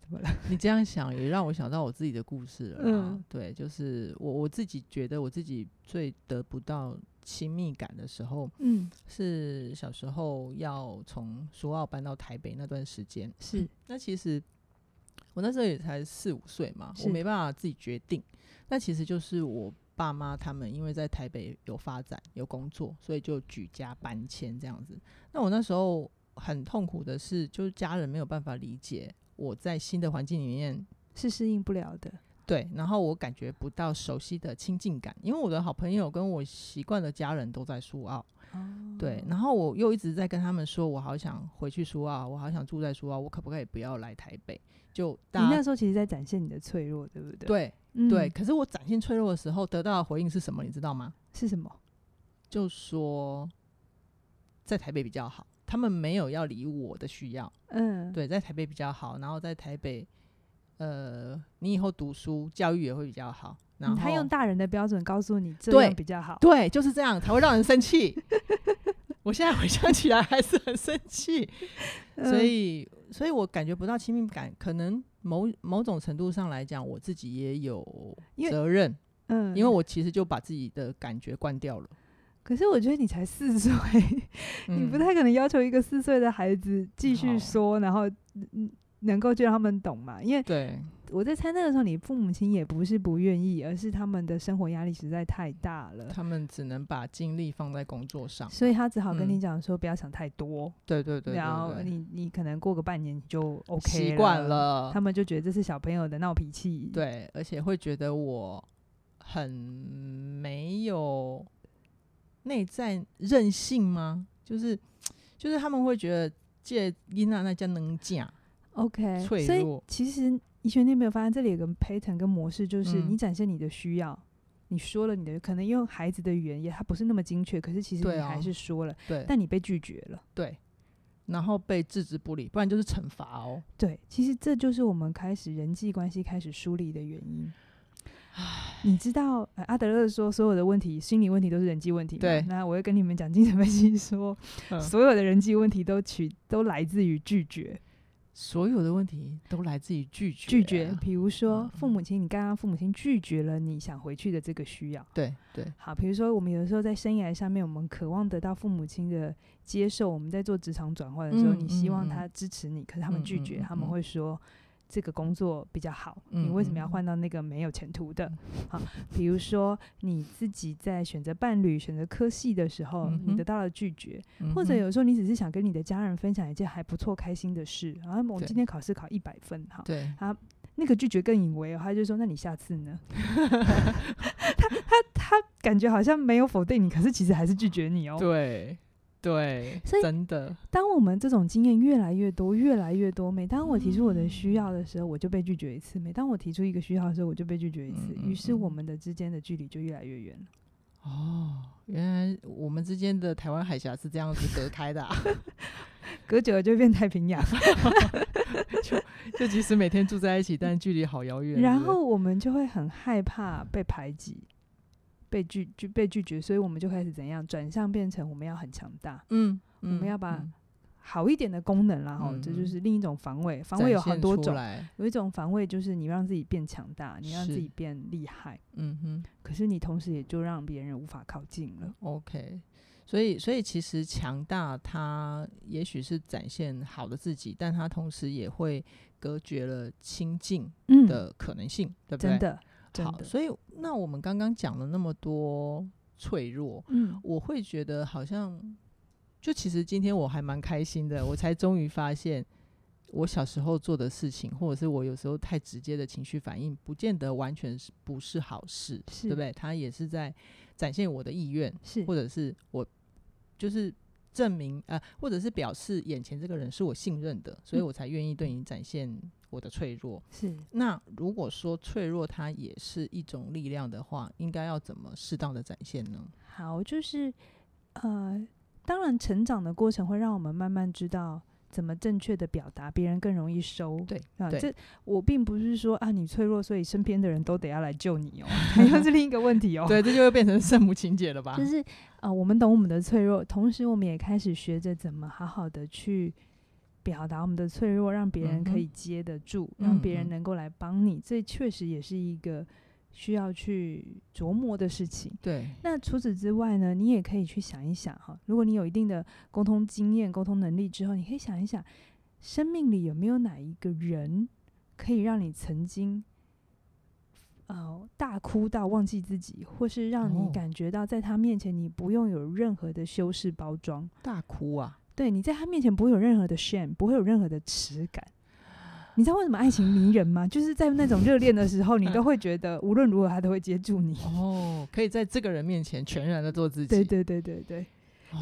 [SPEAKER 2] 怎么了？
[SPEAKER 1] 你这样想也让我想到我自己的故事了啦。
[SPEAKER 2] 嗯
[SPEAKER 1] 对，就是我我自己觉得我自己最得不到亲密感的时候，
[SPEAKER 2] 嗯，
[SPEAKER 1] 是小时候要从苏澳搬到台北那段时间。
[SPEAKER 2] 是，
[SPEAKER 1] 那其实我那时候也才四五岁嘛，我
[SPEAKER 2] 是
[SPEAKER 1] 没办法自己决定。那其实就是我爸妈他们因为在台北有发展有工作，所以就举家搬迁这样子。那我那时候很痛苦的是，就是家人没有办法理解我在新的环境里面。
[SPEAKER 2] 是适应不了的。
[SPEAKER 1] 对，然后我感觉不到熟悉的亲近感，因为我的好朋友跟我习惯的家人都在苏澳，
[SPEAKER 2] 哦
[SPEAKER 1] 对，然后我又一直在跟他们说，我好想回去苏澳，我好想住在苏澳，我可不可以不要来台北？就
[SPEAKER 2] 你
[SPEAKER 1] 大
[SPEAKER 2] 那
[SPEAKER 1] 家
[SPEAKER 2] 时候其实在展现你的脆弱，对不对？
[SPEAKER 1] 对
[SPEAKER 2] 嗯
[SPEAKER 1] 对，，可是我展现脆弱的时候，得到的回应是什么？你知道吗？
[SPEAKER 2] 是什么？
[SPEAKER 1] 就说在台北比较好，他们没有要理我的需要，
[SPEAKER 2] 嗯，，
[SPEAKER 1] 对，在台北比较好，然后在台北，呃，你以后读书教育也会比较好，然后
[SPEAKER 2] 嗯他用大人的标准告诉你这
[SPEAKER 1] 对
[SPEAKER 2] 样比较好。
[SPEAKER 1] 对，就是这样才会让人生气。 我现在回想起来还是很生气，所
[SPEAKER 2] 嗯
[SPEAKER 1] 以，所以我感觉不到亲密感，可能某某种程度上来讲，我自己也有
[SPEAKER 2] 因为
[SPEAKER 1] 责任，
[SPEAKER 2] 嗯，
[SPEAKER 1] 因为我其实就把自己的感觉关掉了。
[SPEAKER 2] 可是我觉得你才四岁，你
[SPEAKER 1] 嗯
[SPEAKER 2] 不太可能要求一个四岁的孩子继续
[SPEAKER 1] 好
[SPEAKER 2] 说，然后嗯能够就让他们懂嘛？因为
[SPEAKER 1] 对，
[SPEAKER 2] 我在猜那个时候，你父母亲也不是不愿意，而是他们的生活压力实在太大了，
[SPEAKER 1] 他们只能把精力放在工作上。
[SPEAKER 2] 所以他只好跟你
[SPEAKER 1] 嗯
[SPEAKER 2] 讲说不要想太多，
[SPEAKER 1] 对对对对
[SPEAKER 2] 然后
[SPEAKER 1] 对
[SPEAKER 2] 你你可能过个半年你就 OK
[SPEAKER 1] 习惯
[SPEAKER 2] 了，
[SPEAKER 1] 了
[SPEAKER 2] 他，们就觉得这是小朋友的闹脾气，，
[SPEAKER 1] 对，而且会觉得我很没有内在韧性吗？就是，就是他们会觉得这囡仔那叫能讲。
[SPEAKER 2] OK，
[SPEAKER 1] 脆
[SPEAKER 2] 所以
[SPEAKER 1] 弱
[SPEAKER 2] 其实怡璇，你有没有发现这里有个 pattern 跟模式，就是
[SPEAKER 1] 嗯
[SPEAKER 2] 你展现你的需要，你说了你的，可能用孩子的语言也他不是那么精确，可是其实
[SPEAKER 1] 对
[SPEAKER 2] 你
[SPEAKER 1] 啊
[SPEAKER 2] 还是说了，
[SPEAKER 1] 对
[SPEAKER 2] 但你被拒绝了。
[SPEAKER 1] 对，然后被置之不理，不然就是惩罚哦。
[SPEAKER 2] 对，其实这就是我们开始人际关系开始梳理的原因。你知道、呃阿德勒说所有的问题，心理问题都是人际问题嘛。
[SPEAKER 1] 对
[SPEAKER 2] 那我会跟你们讲精神分析说，
[SPEAKER 1] 嗯
[SPEAKER 2] 所有的人际问题都取都来自于拒绝，
[SPEAKER 1] 所有的问题都来自于拒绝，
[SPEAKER 2] 拒绝。啊比如说
[SPEAKER 1] 嗯
[SPEAKER 2] 父母亲，你刚刚父母亲拒绝了你想回去的这个需要。
[SPEAKER 1] 对对
[SPEAKER 2] 好，比如说我们有的时候在生涯上面，我们渴望得到父母亲的接受。我们在做职场转换的时候，
[SPEAKER 1] 嗯
[SPEAKER 2] 你希望
[SPEAKER 1] 嗯嗯
[SPEAKER 2] 他支持你，可是他们
[SPEAKER 1] 嗯
[SPEAKER 2] 拒
[SPEAKER 1] 嗯
[SPEAKER 2] 绝，
[SPEAKER 1] 嗯
[SPEAKER 2] 他
[SPEAKER 1] 嗯
[SPEAKER 2] 们会说。这个工作比较好，你
[SPEAKER 1] 嗯
[SPEAKER 2] 为什么
[SPEAKER 1] 嗯
[SPEAKER 2] 要
[SPEAKER 1] 嗯
[SPEAKER 2] 换到那个没有前途的？好，比如说你自己在选择伴侣、选择科系的时候，
[SPEAKER 1] 嗯
[SPEAKER 2] 你
[SPEAKER 1] 哼
[SPEAKER 2] 得到了拒绝，
[SPEAKER 1] 嗯
[SPEAKER 2] 或者
[SPEAKER 1] 哼
[SPEAKER 2] 有时候你只是想跟你的家人分享一件还不错、开心的事，然后我
[SPEAKER 1] 对
[SPEAKER 2] 今天考试考一百分，好，
[SPEAKER 1] 对
[SPEAKER 2] 那个拒绝更引为哦，他就说：“那你下次呢？” 他他他感觉好像没有否定你，可是其实还是拒绝你哦。
[SPEAKER 1] 对对，
[SPEAKER 2] 所以
[SPEAKER 1] 真的
[SPEAKER 2] 当我们这种经验越来越多、越来越多，每当我提出我的需要的时候，我就被拒绝一次；每当我提出一个需要的时候，我就被拒绝一次。
[SPEAKER 1] 嗯嗯
[SPEAKER 2] 于是我
[SPEAKER 1] 嗯
[SPEAKER 2] 们的之间的距离就越来越远了。
[SPEAKER 1] 哦，原来我们之间的台湾海峡是这样子隔开的、啊，
[SPEAKER 2] 隔久了就变太平洋，
[SPEAKER 1] 就即使每天住在一起，但距离好遥远。
[SPEAKER 2] 然
[SPEAKER 1] 是不是
[SPEAKER 2] 后我们就会很害怕被排挤、被拒拒被拒绝，所以我们就开始怎样转向，变成我们要很强大。
[SPEAKER 1] 嗯，我
[SPEAKER 2] 们要把好一点的功能啦，哈、
[SPEAKER 1] 嗯
[SPEAKER 2] 这就是另一种防卫。防
[SPEAKER 1] 展
[SPEAKER 2] 卫有
[SPEAKER 1] 现
[SPEAKER 2] 很多
[SPEAKER 1] 出
[SPEAKER 2] 种，
[SPEAKER 1] 来
[SPEAKER 2] 有一种防卫就是你让自己变强大，你让自
[SPEAKER 1] 是
[SPEAKER 2] 己变厉害，
[SPEAKER 1] 嗯哼
[SPEAKER 2] 可是你同时也就让别人无法靠近了。
[SPEAKER 1] ，OK。所以，所以其实强大，它也许是展现好的自己，但它同时也会隔绝了亲近
[SPEAKER 2] 嗯，
[SPEAKER 1] 的可能性，对不对？
[SPEAKER 2] 真的，真
[SPEAKER 1] 好，
[SPEAKER 2] 的，
[SPEAKER 1] 所以那我们刚刚讲了那么多脆弱，
[SPEAKER 2] 嗯，
[SPEAKER 1] 我会觉得好像，就其实今天我还蛮开心的，我才终于发现，我小时候做的事情，或者是我有时候太直接的情绪反应，不见得完全是不是好事，
[SPEAKER 2] 是
[SPEAKER 1] 对不对？它也是在展现我的意愿，
[SPEAKER 2] 是
[SPEAKER 1] 或者是我就是证明呃，或者是表示眼前这个人是我信任的，所以
[SPEAKER 2] 嗯
[SPEAKER 1] 我才愿意对你展现我的脆弱。
[SPEAKER 2] 是，
[SPEAKER 1] 那如果说脆弱它也是一种力量的话，应该要怎么适当的展现呢？
[SPEAKER 2] 好，就是呃，当然成长的过程会让我们慢慢知道。怎么正确的表达，别人更容易收。
[SPEAKER 1] 对
[SPEAKER 2] 啊，
[SPEAKER 1] 对
[SPEAKER 2] 这我并不是说啊，你脆弱，所以身边的人都得要来救你 哦， 又是另一个问题哦。
[SPEAKER 1] 对，这就会变成圣母情节了吧？
[SPEAKER 2] 就是呃，我们懂我们的脆弱，同时我们也开始学着怎么好好的去表达我们的脆弱，让别人
[SPEAKER 1] 嗯哼
[SPEAKER 2] 可以接得住，让别
[SPEAKER 1] 嗯
[SPEAKER 2] 人
[SPEAKER 1] 嗯
[SPEAKER 2] 能够来帮你。这确实也是一个需要去琢磨的事情。
[SPEAKER 1] 对，
[SPEAKER 2] 那除此之外呢，你也可以去想一想哈，如果你有一定的沟通经验、沟通能力之后，你可以想一想，生命里有没有哪一个人可以让你曾经呃大哭到忘记自己，或是让你
[SPEAKER 1] 哦
[SPEAKER 2] 感觉到在他面前你不用有任何的修饰包装，
[SPEAKER 1] 大哭啊！
[SPEAKER 2] 对你在他面前不会有任何的 shame，不会有任何的耻感。你知道为什么爱情迷人吗？就是在那种热恋的时候，你都会觉得无论如何他都会接住你。
[SPEAKER 1] 哦，可以在这个人面前全然的做自己。
[SPEAKER 2] 对对对对对。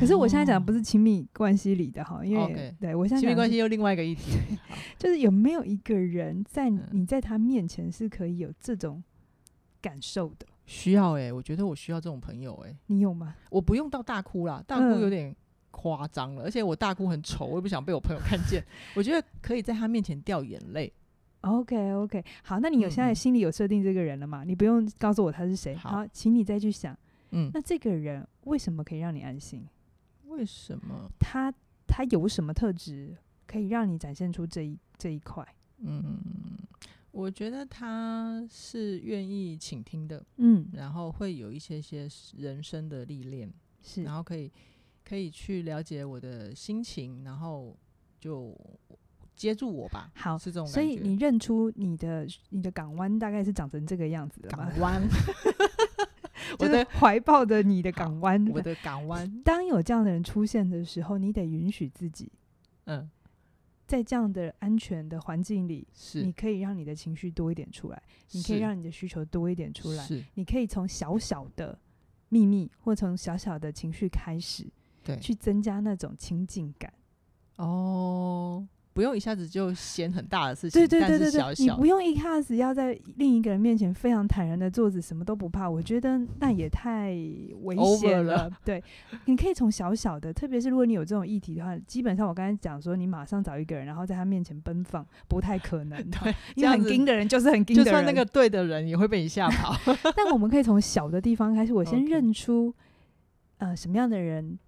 [SPEAKER 2] 可是我现在讲的不
[SPEAKER 1] 是
[SPEAKER 2] 是亲密关系里的哈，因为
[SPEAKER 1] 哦 OK
[SPEAKER 2] 对我现在
[SPEAKER 1] 亲
[SPEAKER 2] 讲
[SPEAKER 1] 密
[SPEAKER 2] 的
[SPEAKER 1] 关
[SPEAKER 2] 是
[SPEAKER 1] 系，又另外一个议题。好
[SPEAKER 2] 就是有没有一个人在你
[SPEAKER 1] 嗯
[SPEAKER 2] 你在他面前是可以有这种感受的，
[SPEAKER 1] 需要哎、我觉得我需要这种朋友哎、
[SPEAKER 2] 你有吗？
[SPEAKER 1] 我不用到大哭啦，大哭
[SPEAKER 2] 嗯
[SPEAKER 1] 有点夸张了，而且我大哭很丑，我也不想被我朋友看 见。我觉得可以在他面前掉眼泪。
[SPEAKER 2] OK OK，好，那你有
[SPEAKER 1] 嗯
[SPEAKER 2] 现在
[SPEAKER 1] 嗯
[SPEAKER 2] 心里有设定这个人了吗？你不用告诉我他是谁，
[SPEAKER 1] 好
[SPEAKER 2] 好，请你再去想，
[SPEAKER 1] 嗯，
[SPEAKER 2] 那这个人为什么可以让你安心？
[SPEAKER 1] 为什么？
[SPEAKER 2] 他他有什么特质可以让你展现出这一这一块？
[SPEAKER 1] 嗯，我觉得他是愿意倾听的，
[SPEAKER 2] 嗯，
[SPEAKER 1] 然后会有一些些人生的历练，
[SPEAKER 2] 是
[SPEAKER 1] 然后可以可以去了解我的心情，然后就接住我吧。
[SPEAKER 2] 好
[SPEAKER 1] 是这种感觉。
[SPEAKER 2] 所以你认出你的你的港湾大概是长成这个样子的吗？
[SPEAKER 1] 港 湾，我
[SPEAKER 2] 就是
[SPEAKER 1] 的
[SPEAKER 2] 怀抱着你的港湾，
[SPEAKER 1] 我的港湾，
[SPEAKER 2] 当有这样的人出现的时候，你得允许自己
[SPEAKER 1] 嗯，
[SPEAKER 2] 在这样的安全的环境里，
[SPEAKER 1] 是，
[SPEAKER 2] 你可以让你的情绪多一点出来，你可以
[SPEAKER 1] 是
[SPEAKER 2] 让你的需求多一点出来，
[SPEAKER 1] 是，
[SPEAKER 2] 你可以从小小的秘密或从小小的情绪开始，
[SPEAKER 1] 对，
[SPEAKER 2] 去增加那种亲近感。
[SPEAKER 1] 哦，不用一下子就嫌很大的事情，
[SPEAKER 2] 对对对
[SPEAKER 1] 但
[SPEAKER 2] 对
[SPEAKER 1] 是
[SPEAKER 2] 对，
[SPEAKER 1] 小
[SPEAKER 2] 你
[SPEAKER 1] 小
[SPEAKER 2] 不用一下子要在另一个人面前非常坦然的坐着，什么都不怕，我觉得那也太危
[SPEAKER 1] Over
[SPEAKER 2] 险
[SPEAKER 1] 了
[SPEAKER 2] 对，你可以从小小的，特别是如果你有这种议题的话，基本上我刚才讲说，你马上找一个人，然后在他面前奔放，不太可能的。
[SPEAKER 1] 对，这
[SPEAKER 2] 因为
[SPEAKER 1] 样
[SPEAKER 2] 很
[SPEAKER 1] 子
[SPEAKER 2] 盯的人就是很盯
[SPEAKER 1] 就
[SPEAKER 2] 的人，
[SPEAKER 1] 算那个对的人也会被你吓跑。
[SPEAKER 2] 但我们可以从小的地方开始，我先
[SPEAKER 1] OK
[SPEAKER 2] 认出，呃，什么样的人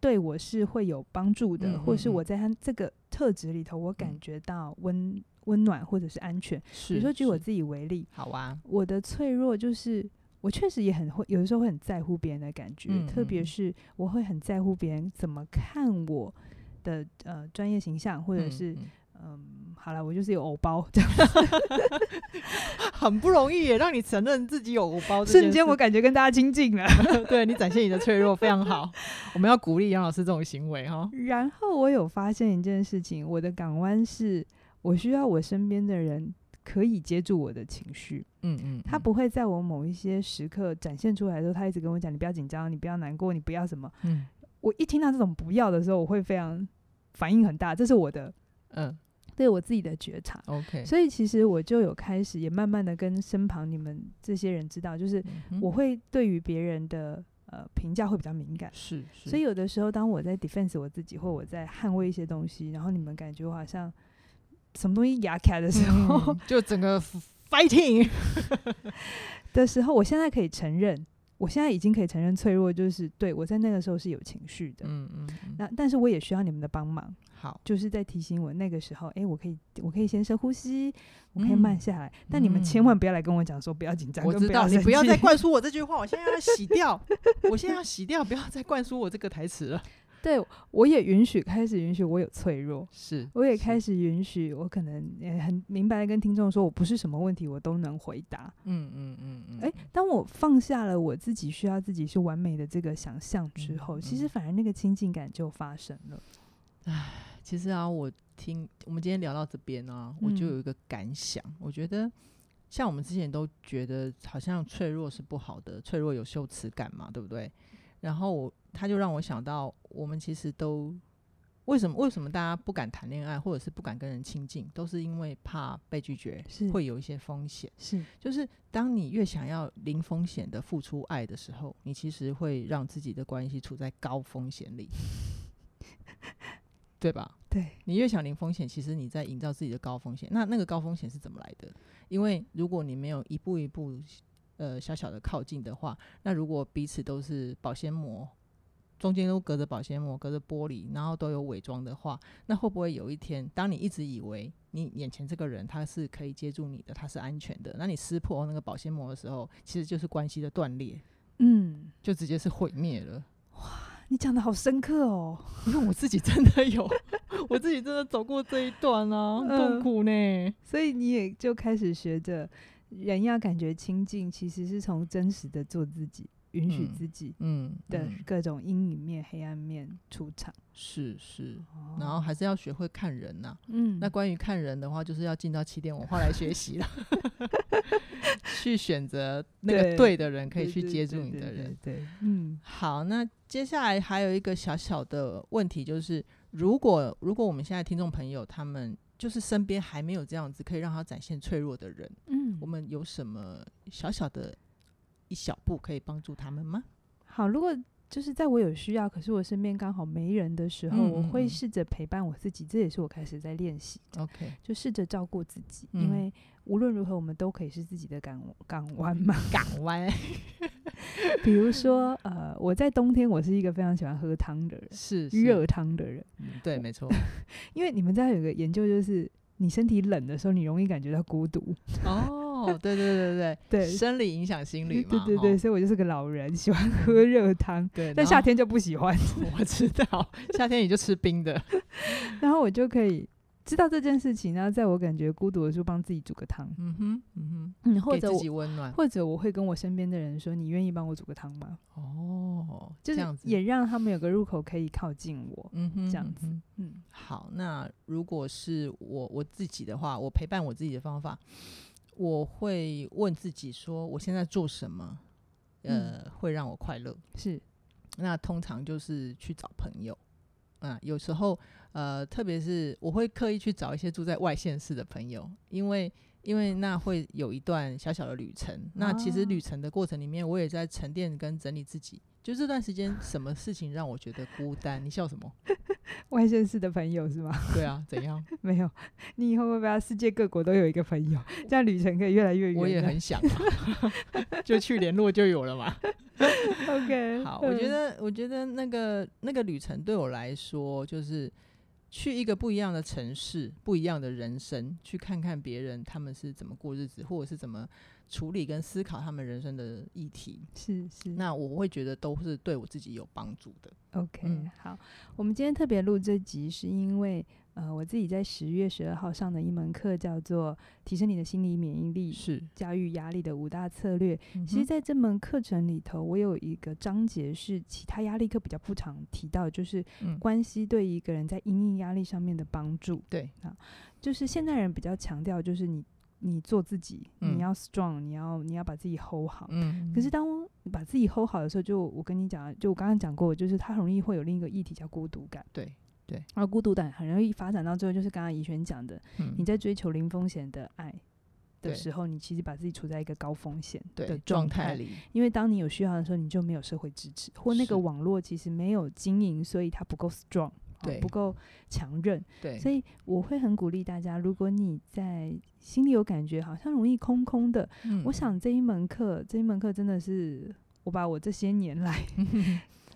[SPEAKER 2] 对我是会有帮助的，
[SPEAKER 1] 嗯
[SPEAKER 2] 或是
[SPEAKER 1] 嗯嗯
[SPEAKER 2] 我在他这个特质里头，我感
[SPEAKER 1] 嗯
[SPEAKER 2] 觉到温温暖或者 是安全。比
[SPEAKER 1] 是
[SPEAKER 2] 如说，举
[SPEAKER 1] 是
[SPEAKER 2] 我自己为例，
[SPEAKER 1] 好啊，
[SPEAKER 2] 我的脆弱就是。我确实也很会，有的时候会很在乎别人的感觉，
[SPEAKER 1] 嗯
[SPEAKER 2] 特
[SPEAKER 1] 嗯
[SPEAKER 2] 别
[SPEAKER 1] 嗯
[SPEAKER 2] 是我会很在乎别人怎么看我的呃专业形象，或者
[SPEAKER 1] 嗯
[SPEAKER 2] 是
[SPEAKER 1] 嗯
[SPEAKER 2] 嗯好了，我就是有偶包，
[SPEAKER 1] 很不容易耶，让你承认自己有偶包这件事。
[SPEAKER 2] 瞬间 我感觉跟大家亲近 了。
[SPEAKER 1] 对你展现你的脆弱非常好， 我们要鼓励杨老师这种行为哈。
[SPEAKER 2] 然后我有发现一件事情，我的港湾是我需要我身边的人可以接住我的情绪，
[SPEAKER 1] 嗯嗯，
[SPEAKER 2] 他不会在我某一些时刻展现出来的时候，他一直跟我讲你不要紧张，你不要难过，你不要什么。
[SPEAKER 1] 嗯
[SPEAKER 2] 我一听到这种不要的时候，我会非常反应很大，这是我的
[SPEAKER 1] 嗯
[SPEAKER 2] 对我自己的觉察。
[SPEAKER 1] ，OK，
[SPEAKER 2] 所以其实我就有开始也慢慢的跟身旁你们这些人知道，就是
[SPEAKER 1] 嗯哼
[SPEAKER 2] 我会对于别人的呃评价会比较敏感。
[SPEAKER 1] 是是，
[SPEAKER 2] 所以有的时候，当我在 defense 我自己，或我在捍卫一些东西，然后你们感觉我好像什么东西压卡的时候、
[SPEAKER 1] 嗯就整个 fighting，
[SPEAKER 2] 的时候，我现在可以承认，我现在已经可以承认脆弱，就是对我在那个时候是有情绪的。
[SPEAKER 1] 嗯嗯嗯，
[SPEAKER 2] 那但是我也需要你们的帮忙，
[SPEAKER 1] 好，
[SPEAKER 2] 就是在提醒我那个时候，诶，我可以，我可以先深呼吸，我可以慢
[SPEAKER 1] 嗯
[SPEAKER 2] 下来。但你们
[SPEAKER 1] 嗯
[SPEAKER 2] 千万不要来跟我讲说不要紧张，
[SPEAKER 1] 我
[SPEAKER 2] 跟
[SPEAKER 1] 知道
[SPEAKER 2] 要
[SPEAKER 1] 你
[SPEAKER 2] 生
[SPEAKER 1] 不要
[SPEAKER 2] 气
[SPEAKER 1] 再灌输我这句话，我现在要洗掉，我现在要洗掉，不要再灌输我这个台词了。
[SPEAKER 2] 对，我也允许开始允许我有脆弱，
[SPEAKER 1] 是，
[SPEAKER 2] 我也
[SPEAKER 1] 是
[SPEAKER 2] 开，始允许，我可能也很明白的跟听众说，我不是什么问题我都能回答。
[SPEAKER 1] 嗯嗯嗯嗯，
[SPEAKER 2] 诶，当我放下了我自己需要自己是完美的这个想象之后，
[SPEAKER 1] 嗯
[SPEAKER 2] 其实
[SPEAKER 1] 嗯
[SPEAKER 2] 反而那个亲近感就发生了。
[SPEAKER 1] 其实啊，我听我们今天聊到这边啊，我就
[SPEAKER 2] 嗯
[SPEAKER 1] 有一个感想，我觉得像我们之前都觉得好像脆弱是不好的，脆弱有羞耻感嘛，对不对？然后我他就让我想到，我们其实都为什么为什么大家不敢谈恋爱，或者是不敢跟人亲近，都是因为怕被拒绝
[SPEAKER 2] 是，
[SPEAKER 1] 会有一些风险。
[SPEAKER 2] 是
[SPEAKER 1] 就是当你越想要零风险的付出爱的时候，你其实会让自己的关系处在高风险里，对吧？
[SPEAKER 2] 对，
[SPEAKER 1] 你越想零风险，其实你在营造自己的高风险。那那个高风险是怎么来的？因为如果你没有一步一步呃小小的靠近的话，那如果彼此都是保鲜膜，中间都隔着保鲜膜、隔着玻璃，然后都有伪装的话，那会不会有一天，当你一直以为你眼前这个人他是可以接住你的，他是安全的，那你撕破那个保鲜膜的时候，其实就是关系的断裂，
[SPEAKER 2] 嗯，
[SPEAKER 1] 就直接是毁灭了。
[SPEAKER 2] 你讲的好深刻哦。
[SPEAKER 1] 因为我自己真的有， 我自己真的走过这一段啊，很痛
[SPEAKER 2] 嗯
[SPEAKER 1] 苦呢。
[SPEAKER 2] 所以你也就开始学着，人要感觉亲近，其实是从真实的做自己，允许
[SPEAKER 1] 嗯
[SPEAKER 2] 自己
[SPEAKER 1] 嗯，
[SPEAKER 2] 的
[SPEAKER 1] 嗯
[SPEAKER 2] 各种阴影面、黑暗面出场。
[SPEAKER 1] 是是，然后还是要学会看人呐、
[SPEAKER 2] 嗯，
[SPEAKER 1] 哦那关于看人的话，就是要进到起点文化来学习 了，去选择那
[SPEAKER 2] 对
[SPEAKER 1] 个对的人，可以
[SPEAKER 2] 对
[SPEAKER 1] 去
[SPEAKER 2] 对
[SPEAKER 1] 接
[SPEAKER 2] 对
[SPEAKER 1] 住你
[SPEAKER 2] 对
[SPEAKER 1] 的
[SPEAKER 2] 对
[SPEAKER 1] 人。
[SPEAKER 2] 对，嗯，
[SPEAKER 1] 好，那接下来还有一个小小的问题，就是如果如果我们现在听众朋友他们就是身边还没有这样子可以让他展现脆弱的人，
[SPEAKER 2] 嗯
[SPEAKER 1] 我们有什么小小的一小步可以帮助他们吗？
[SPEAKER 2] 好，如果就是在我有需要，可是我身边刚好没人的时候，
[SPEAKER 1] 嗯
[SPEAKER 2] 我
[SPEAKER 1] 嗯
[SPEAKER 2] 会
[SPEAKER 1] 嗯
[SPEAKER 2] 试着陪伴我自己，这也是我开始在练习的，
[SPEAKER 1] OK，
[SPEAKER 2] 就试着照顾自己，因
[SPEAKER 1] 嗯
[SPEAKER 2] 为无论如何，我们都可以是自己的港港湾嘛。
[SPEAKER 1] 港湾
[SPEAKER 2] 比如说，呃，我在冬天，我是一个非常喜欢喝汤的人，
[SPEAKER 1] 是是
[SPEAKER 2] 热汤的人，
[SPEAKER 1] 嗯对，没错。
[SPEAKER 2] 因为你们知道有个研究就是。你身体冷的时候，你容易感觉到孤独。
[SPEAKER 1] 哦，对对对对
[SPEAKER 2] 对
[SPEAKER 1] 生理影响心
[SPEAKER 2] 对
[SPEAKER 1] 理嘛，
[SPEAKER 2] 对对对，
[SPEAKER 1] 齁
[SPEAKER 2] 所以我就是个老人，喜欢喝热汤，
[SPEAKER 1] 对。
[SPEAKER 2] 但
[SPEAKER 1] 然
[SPEAKER 2] 夏
[SPEAKER 1] 后
[SPEAKER 2] 天就不喜 欢。
[SPEAKER 1] 我知道，夏天你就吃冰的，
[SPEAKER 2] 然后我就可以知道这件事情，然后在我感觉孤独的时候，帮自己煮个汤。
[SPEAKER 1] 嗯哼嗯
[SPEAKER 2] 嗯，
[SPEAKER 1] 哼，
[SPEAKER 2] 或
[SPEAKER 1] 给
[SPEAKER 2] 者
[SPEAKER 1] 自
[SPEAKER 2] 我
[SPEAKER 1] 己温暖。
[SPEAKER 2] 或者我会跟我身边的人说，你愿意帮我煮个汤吗？
[SPEAKER 1] 哦，这
[SPEAKER 2] 就是
[SPEAKER 1] 样子，
[SPEAKER 2] 也让他们有个入口可以靠近我。
[SPEAKER 1] 嗯哼，
[SPEAKER 2] 这样
[SPEAKER 1] 嗯
[SPEAKER 2] 子
[SPEAKER 1] 哼
[SPEAKER 2] 嗯，
[SPEAKER 1] 好，那如果是我我自己的话，我陪伴我自己的方法，我会问自己说，我现在做什么，呃，会让我快乐？
[SPEAKER 2] 是
[SPEAKER 1] 那通常就是去找朋友，啊，有时候呃，特别是我会刻意去找一些住在外县市的朋友，因为因为那会有一段小小的旅程。那其实
[SPEAKER 2] 哦
[SPEAKER 1] 旅程的过程里面，我也在沉淀跟整理自己。就这段时间，什么事情让我觉得孤单？你笑什么？
[SPEAKER 2] 外县市的朋友是吗？
[SPEAKER 1] 对啊，怎样？
[SPEAKER 2] 没有，你以后会不会要世界各国都有一个朋友，这样旅程可以越来越远呢？
[SPEAKER 1] 我也很想、啊， 就去联络就有了 嘛。
[SPEAKER 2] OK。
[SPEAKER 1] 好，我觉
[SPEAKER 2] 嗯
[SPEAKER 1] 得，我觉得那个那个旅程对我来说，就是去一个不一样的城市，不一样的人生，去看看别人他们是怎么过日子，或者是怎么处理跟思考他们人生的议题。
[SPEAKER 2] 是是，
[SPEAKER 1] 那我会觉得都是对我自己有帮助的。
[SPEAKER 2] OK，、
[SPEAKER 1] 嗯
[SPEAKER 2] 好，我们今天特别录这集，是因为呃，我自己在十月十二号上的一门课叫做《提升你的心理免疫力：
[SPEAKER 1] 是，嗯
[SPEAKER 2] 驾驭压力的五大策略》。其
[SPEAKER 1] 其
[SPEAKER 2] 实，
[SPEAKER 1] 实
[SPEAKER 2] 在这门课程里头，我有一个章节是其他压力课比较不常提到，就是
[SPEAKER 1] 嗯
[SPEAKER 2] 关系对一个人在因应压力上面的帮助。
[SPEAKER 1] 对
[SPEAKER 2] 啊，就是现代人比较强调，就是你你做自己，
[SPEAKER 1] 嗯
[SPEAKER 2] 你要 strong，你要你要把自己 hold 好。
[SPEAKER 1] 嗯，
[SPEAKER 2] 可是当你把自己 hold 好的时候，就我跟你讲啊，就我刚刚讲过，就是它很容易会有另一个议题叫孤独感，
[SPEAKER 1] 对，
[SPEAKER 2] 而孤独感很容易发展到最后，就是刚刚怡璇讲的，
[SPEAKER 1] 嗯
[SPEAKER 2] 你在追求零风险的爱的
[SPEAKER 1] 对
[SPEAKER 2] 时候，你其实把自己处在一个高风险的
[SPEAKER 1] 对
[SPEAKER 2] 状
[SPEAKER 1] 态
[SPEAKER 2] 态。
[SPEAKER 1] 里，
[SPEAKER 2] 因为当你有需要的时候，你就没有社会支持，或那
[SPEAKER 1] 是
[SPEAKER 2] 个网络其实没有经营，所以它不够 strong，啊
[SPEAKER 1] 对
[SPEAKER 2] 不够强韧。
[SPEAKER 1] 对，
[SPEAKER 2] 所以我会很鼓励大家，如果你在心里有感觉好像容易空空的，
[SPEAKER 1] 嗯
[SPEAKER 2] 我想这一门课，这一门课真的是我把我这些年来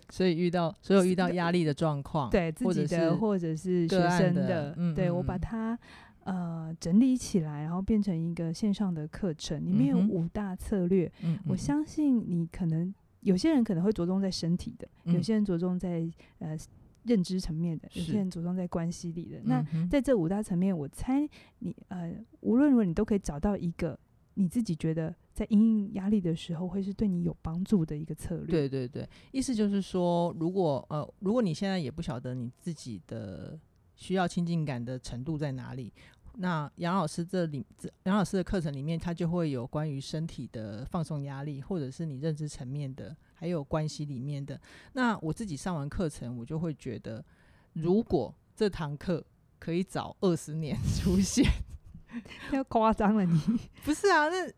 [SPEAKER 1] 所以遇到所有遇到
[SPEAKER 2] 是
[SPEAKER 1] 压力的状况，
[SPEAKER 2] 对自
[SPEAKER 1] 或
[SPEAKER 2] 己
[SPEAKER 1] 者
[SPEAKER 2] 的
[SPEAKER 1] 是
[SPEAKER 2] 或者是学
[SPEAKER 1] 个案
[SPEAKER 2] 生
[SPEAKER 1] 的嗯
[SPEAKER 2] 对
[SPEAKER 1] 嗯
[SPEAKER 2] 我把
[SPEAKER 1] 嗯
[SPEAKER 2] 它呃整理起来，然后变成一个线上的课程，里面有
[SPEAKER 1] 嗯哼
[SPEAKER 2] 五大策略。
[SPEAKER 1] 嗯，嗯
[SPEAKER 2] 我相信你可能有些人可能会着重在身体的，有
[SPEAKER 1] 嗯
[SPEAKER 2] 些人着重在呃认知层面的，有些
[SPEAKER 1] 是
[SPEAKER 2] 人着重在关系里的。那
[SPEAKER 1] 嗯哼
[SPEAKER 2] 在这五大层面，我猜你呃，无论如何你都可以找到一个你自己觉得在因应压力的时候会是对你有帮助的一个策略。，
[SPEAKER 1] 对对对，意思就是说，如果呃，如果你现在也不晓得你自己的需要亲近感的程度在哪里，那杨老师这里，这杨老师的课程里面，他就会有关于身体的放松压力，或者是你认知层面的，还有关系里面的。那我自己上完课程，我就会觉得，如果这堂课可以早二十年 出现，
[SPEAKER 2] 太夸张了你，
[SPEAKER 1] 不是啊，那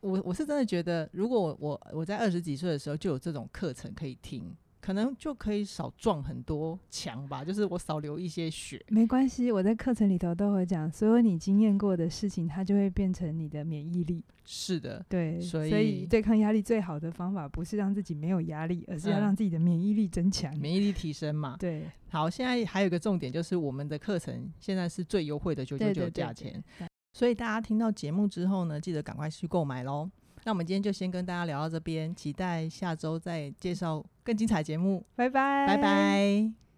[SPEAKER 1] 我我是真的觉得，如果我我我在二十几岁的时候就有这种课程可以听，可能就可以少撞很多墙吧，就是我少流一些血。
[SPEAKER 2] 没关系，我在课程里头都会讲，所有你经验过的事情，它就会变成你的免疫力。
[SPEAKER 1] 是的，
[SPEAKER 2] 对，
[SPEAKER 1] 所
[SPEAKER 2] 以
[SPEAKER 1] 以
[SPEAKER 2] 对抗压力最好的方法不是让自己没有压力，而是要
[SPEAKER 1] 嗯
[SPEAKER 2] 让自己的免疫力增强。
[SPEAKER 1] 免疫力提升嘛。
[SPEAKER 2] 对，
[SPEAKER 1] 好，现在还有一个重点就是我们的课程现在是最优惠的九九
[SPEAKER 2] 对
[SPEAKER 1] 九
[SPEAKER 2] 对对
[SPEAKER 1] 价
[SPEAKER 2] 对
[SPEAKER 1] 钱，所以大家听到节目之后呢，记得赶快去购买喽。那我们今天就先跟大家聊到这边，期待下周再介绍更精彩节目，
[SPEAKER 2] 拜拜，
[SPEAKER 1] 拜拜